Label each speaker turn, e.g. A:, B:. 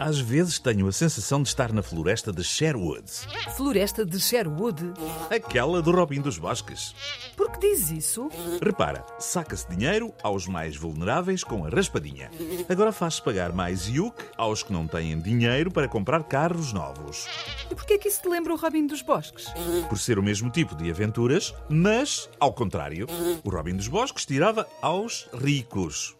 A: Às vezes tenho a sensação de estar na floresta de Sherwood,
B: Floresta de Sherwood?
A: aquela do Robin dos Bosques.
B: Por que diz isso?
A: Repara, saca-se dinheiro aos mais vulneráveis com a raspadinha. Agora faz-se pagar mais IUC aos que não têm dinheiro para comprar carros novos.
B: E porquê é que isso te lembra o Robin dos Bosques?
A: Por ser o mesmo tipo de aventuras, mas ao contrário. O Robin dos Bosques tirava aos ricos.